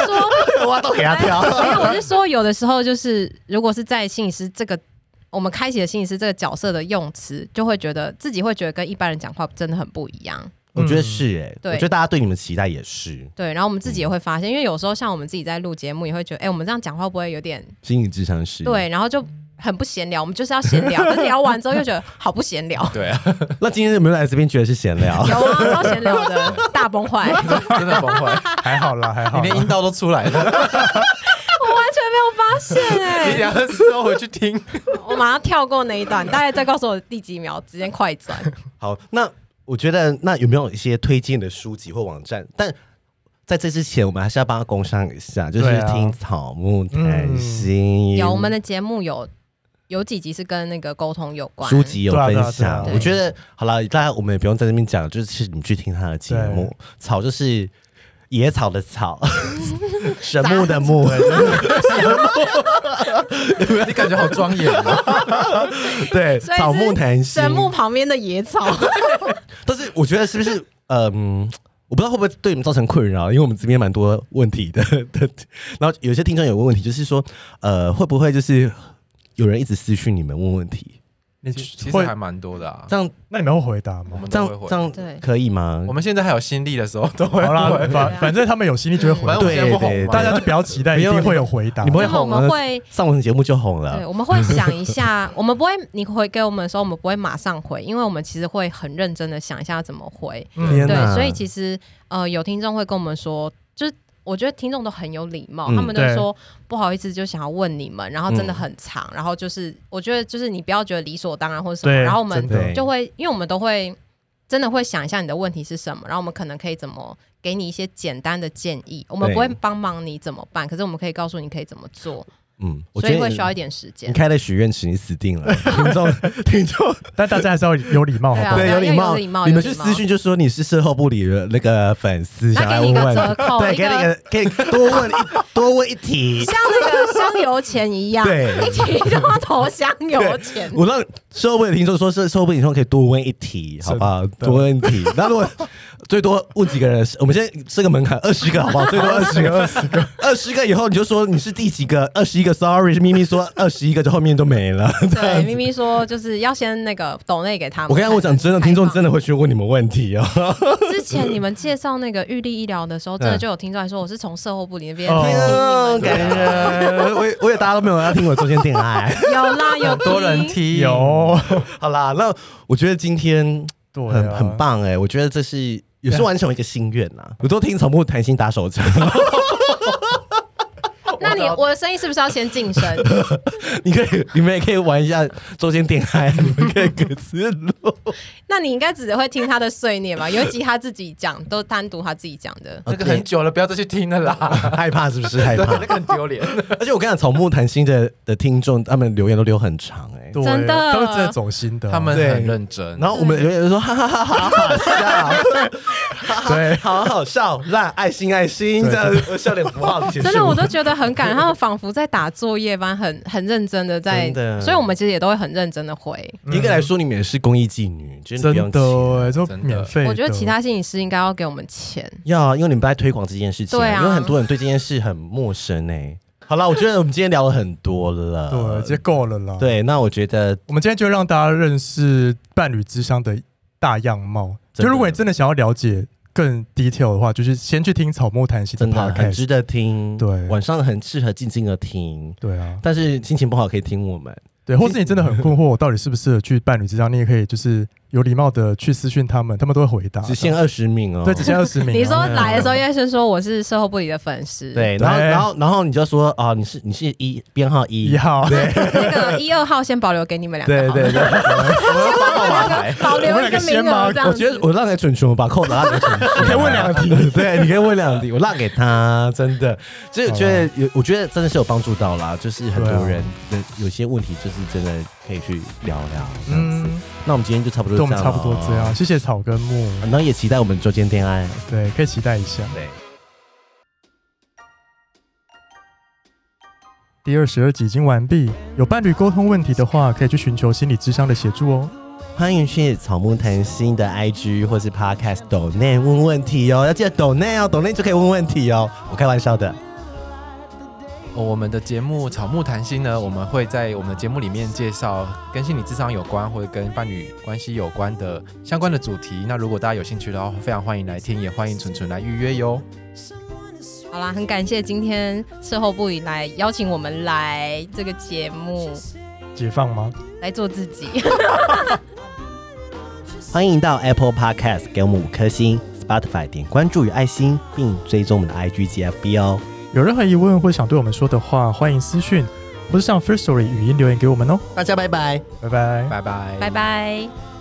说，挖 洞给他跳，没有，我是说，有的时候就是，如果是在心理师这个我们开启的心理师这个角色的用词，就会觉得自己会觉得跟一般人讲话真的很不一样。我嗯觉得是哎，我对觉得大家对你们期待也是对，然后我们自己也会发现，因为有时候像我们自己在录节目，也会觉得，哎、我们这样讲话会不会有点心理智商师。，对，然后就很不闲聊，我们就是要闲 聊，但是聊完之后又觉得好不闲聊，对啊， 那今天有没有来这边觉得是闲聊？有啊，超闲聊的，大崩坏， 我完全真的崩坏，还好啦，还好你连啦。阴道都出来了，没有发现哎、你两个之后回去听。 我马上跳过那一段，大概再告诉我第几秒，直接快转。 好，那我觉得那有没有一些推荐的书籍或网站？但在这之前，我们还是要帮他工商一下，就是对啊嗯听草木谈心、有我们的节目有有几集是跟那个沟通有关，书籍有对啊分对啊对啊享。对我觉得好了，大家我们也不用在那边讲，就是你去听他的节目。草就是野草的 草，神木的木。啊你感觉好庄严哦。对，所以是草木谈心。神木旁边的野草，但是我觉得是不是呃嗯。我不知道会不会对你们造成困扰，因为我们这边蛮多问题的。 对然后有些听众有个问题，就是说，呃，会不会就是有人一直私讯你们问问题，你其实会还蛮多的啊。这样那你们会回答我吗？们这都会样回这，对样可以吗我？们现在还有心力的时候都会好 啦，回。反反正他们有心力就会回答反正我，们现在不红对对嘛，大家就不要期待一不用定会有回答你。 不会然后我红们了， 会。上我们节目就红对，了。我们会想一下，我们不会你回给我们的时候，我们不会马上回，因为我们其实会很认真的想一下要怎么回。嗯天对哪，所以其实呃，有听众会跟我们说，就是我觉得听众都很有礼貌，嗯他们都对说不好意思，就想要问你们，然后真的很长，然后就是我觉得就是你不要觉得理所当然或者什么，对然后我们真的对就会因为我们都会真的会想一下你的问题是什么，然后我们可能可以怎么。给你一些简单的建议，我们对不会帮忙你怎么办，可是我们可以告诉你可以怎么做，嗯，我所觉以会得需要一点时你间。开了许愿池，你死定 了。听众，听众，但大家还是要有礼貌，好对不啊好？对，要有有礼礼貌你们有去礼貌私讯就说你是售后部里的那个粉丝，那想来给你问一个问折扣对，一给你个个，给你多问一多问一题。像那个香油钱一样，对一起就要投香油钱。 我让收尾的听众说是收尾听众可以多问一题，好不好？真的多问一 题。那如果最多问几个人，我们现在设个门 槛，二十个，好不好？最多二十个，二十个， 二十个以后你就说你是第几个？二十一个，sorry，是咪 咪说二十一个，就后面就没 了。对，咪咪说就是要先那个抖内给他们。我刚刚我讲真的，听众真的会去问你们问题哦。之前你们介绍那个玉立医疗的时候，真的就有听众来说我是从售后部里那边哦听 嗯，你感们的。人。我也我也大家都没有要听我中间恋爱。有啦，有很多人听。听，有，好啦，那我觉得今天对啊，很很棒哎、我觉得这是也是完成一个心愿呐。我都听草木谈心打手枪，那你我的声音是不是要先晋升？你可以你们也可以玩一下周间恋爱，你们可以各自录。那你应该只会听他的碎 念吧？有一集他自己讲，都单独他自己讲的。那个很久了，不要再去听了啦。害怕是不是害 对，怕那？个很丢脸。而且我跟你讲，草木谈心的的听众，他们留言都留很长哎、对，真的都是真的走心的哦，他们对很认真。然后我们留言说哈哈哈，好好笑， 对好好笑，烂爱心爱心，对这样笑脸符号结束。真的，我都觉得很感人，他们仿佛在打作业般，很很认真的在真的，所以我们其实也都会很认真的回。严格来说，你们也是公益妓女，就是不用真的钱。欸，就真的免费的。我觉得其他心理师应该要给我们钱，要啊，因为你们在推广这件事情，对啊因为很多人对这件事很陌生哎。好了，我觉得我们今天聊了很多了， 对，这够了啦。，对，那我觉得我们今天就让大家认识伴侣智商的大样貌。真的就如果你真的想要了解更 detail 的话，就是先去听草木谈心真的很 podcast。值得听，对晚上很适合静静的听，对 啊，但是心情不好可以听我们，对，或是你真的很困惑，我到底适不适合去伴侣智商，你也可以就是有礼貌的去私讯他们，他们都会回答。只限二十名哦，对，只限二十名啊。你说来的时候，要先说我是售后不理的粉丝，，对，对然后然后然后你就说啊，你是你是一编号一， 一号，对，那个一二号先保留给你们两个，对 对，对，我要发号码牌。 保留一个名额这我样子。觉得我让给蠢蠢，我把扣打给蠢蠢，你可以问两题，对，你可以问两题，我让给他，真的，所以我觉得有，我觉得真的是有帮助到啦，就是很对多啊人的有些问题，就是真的可以去聊聊这样子。嗯，那我们今天就差不多对，这我样嗯们了，差不多这样。谢谢草根木，然后也期待我们周间恋爱。对，可以期待一下。对，第二十二集已经完毕，有伴侣沟通问题的话，可以去寻求心理智商的协助哦。欢迎去草木谈心的 IG 或是 Podcast 抖内问问题哦，要记得抖内哦，抖内就可以问问题哦。我开玩笑的，哦我们的节目《草木谈心》呢，我们会在我们的节目里面介绍跟心理智商有关或者跟伴侣关系有关的相关的主题。那如果大家有兴趣的话，非常欢迎来听，也欢迎纯纯来预约哟。好啦，很感谢今天售后部以来邀请我们来这个节目解放吗？来做自 己。欢迎到 Apple Podcast 给我们五颗星，Spotify 点关注与爱心，并追踪我们的 IG 及 FB 哦。有任何疑问或想对我们说的话，欢迎私讯或是上 First Story 语音留言给我们哦。大家拜拜。拜拜。拜拜，拜拜。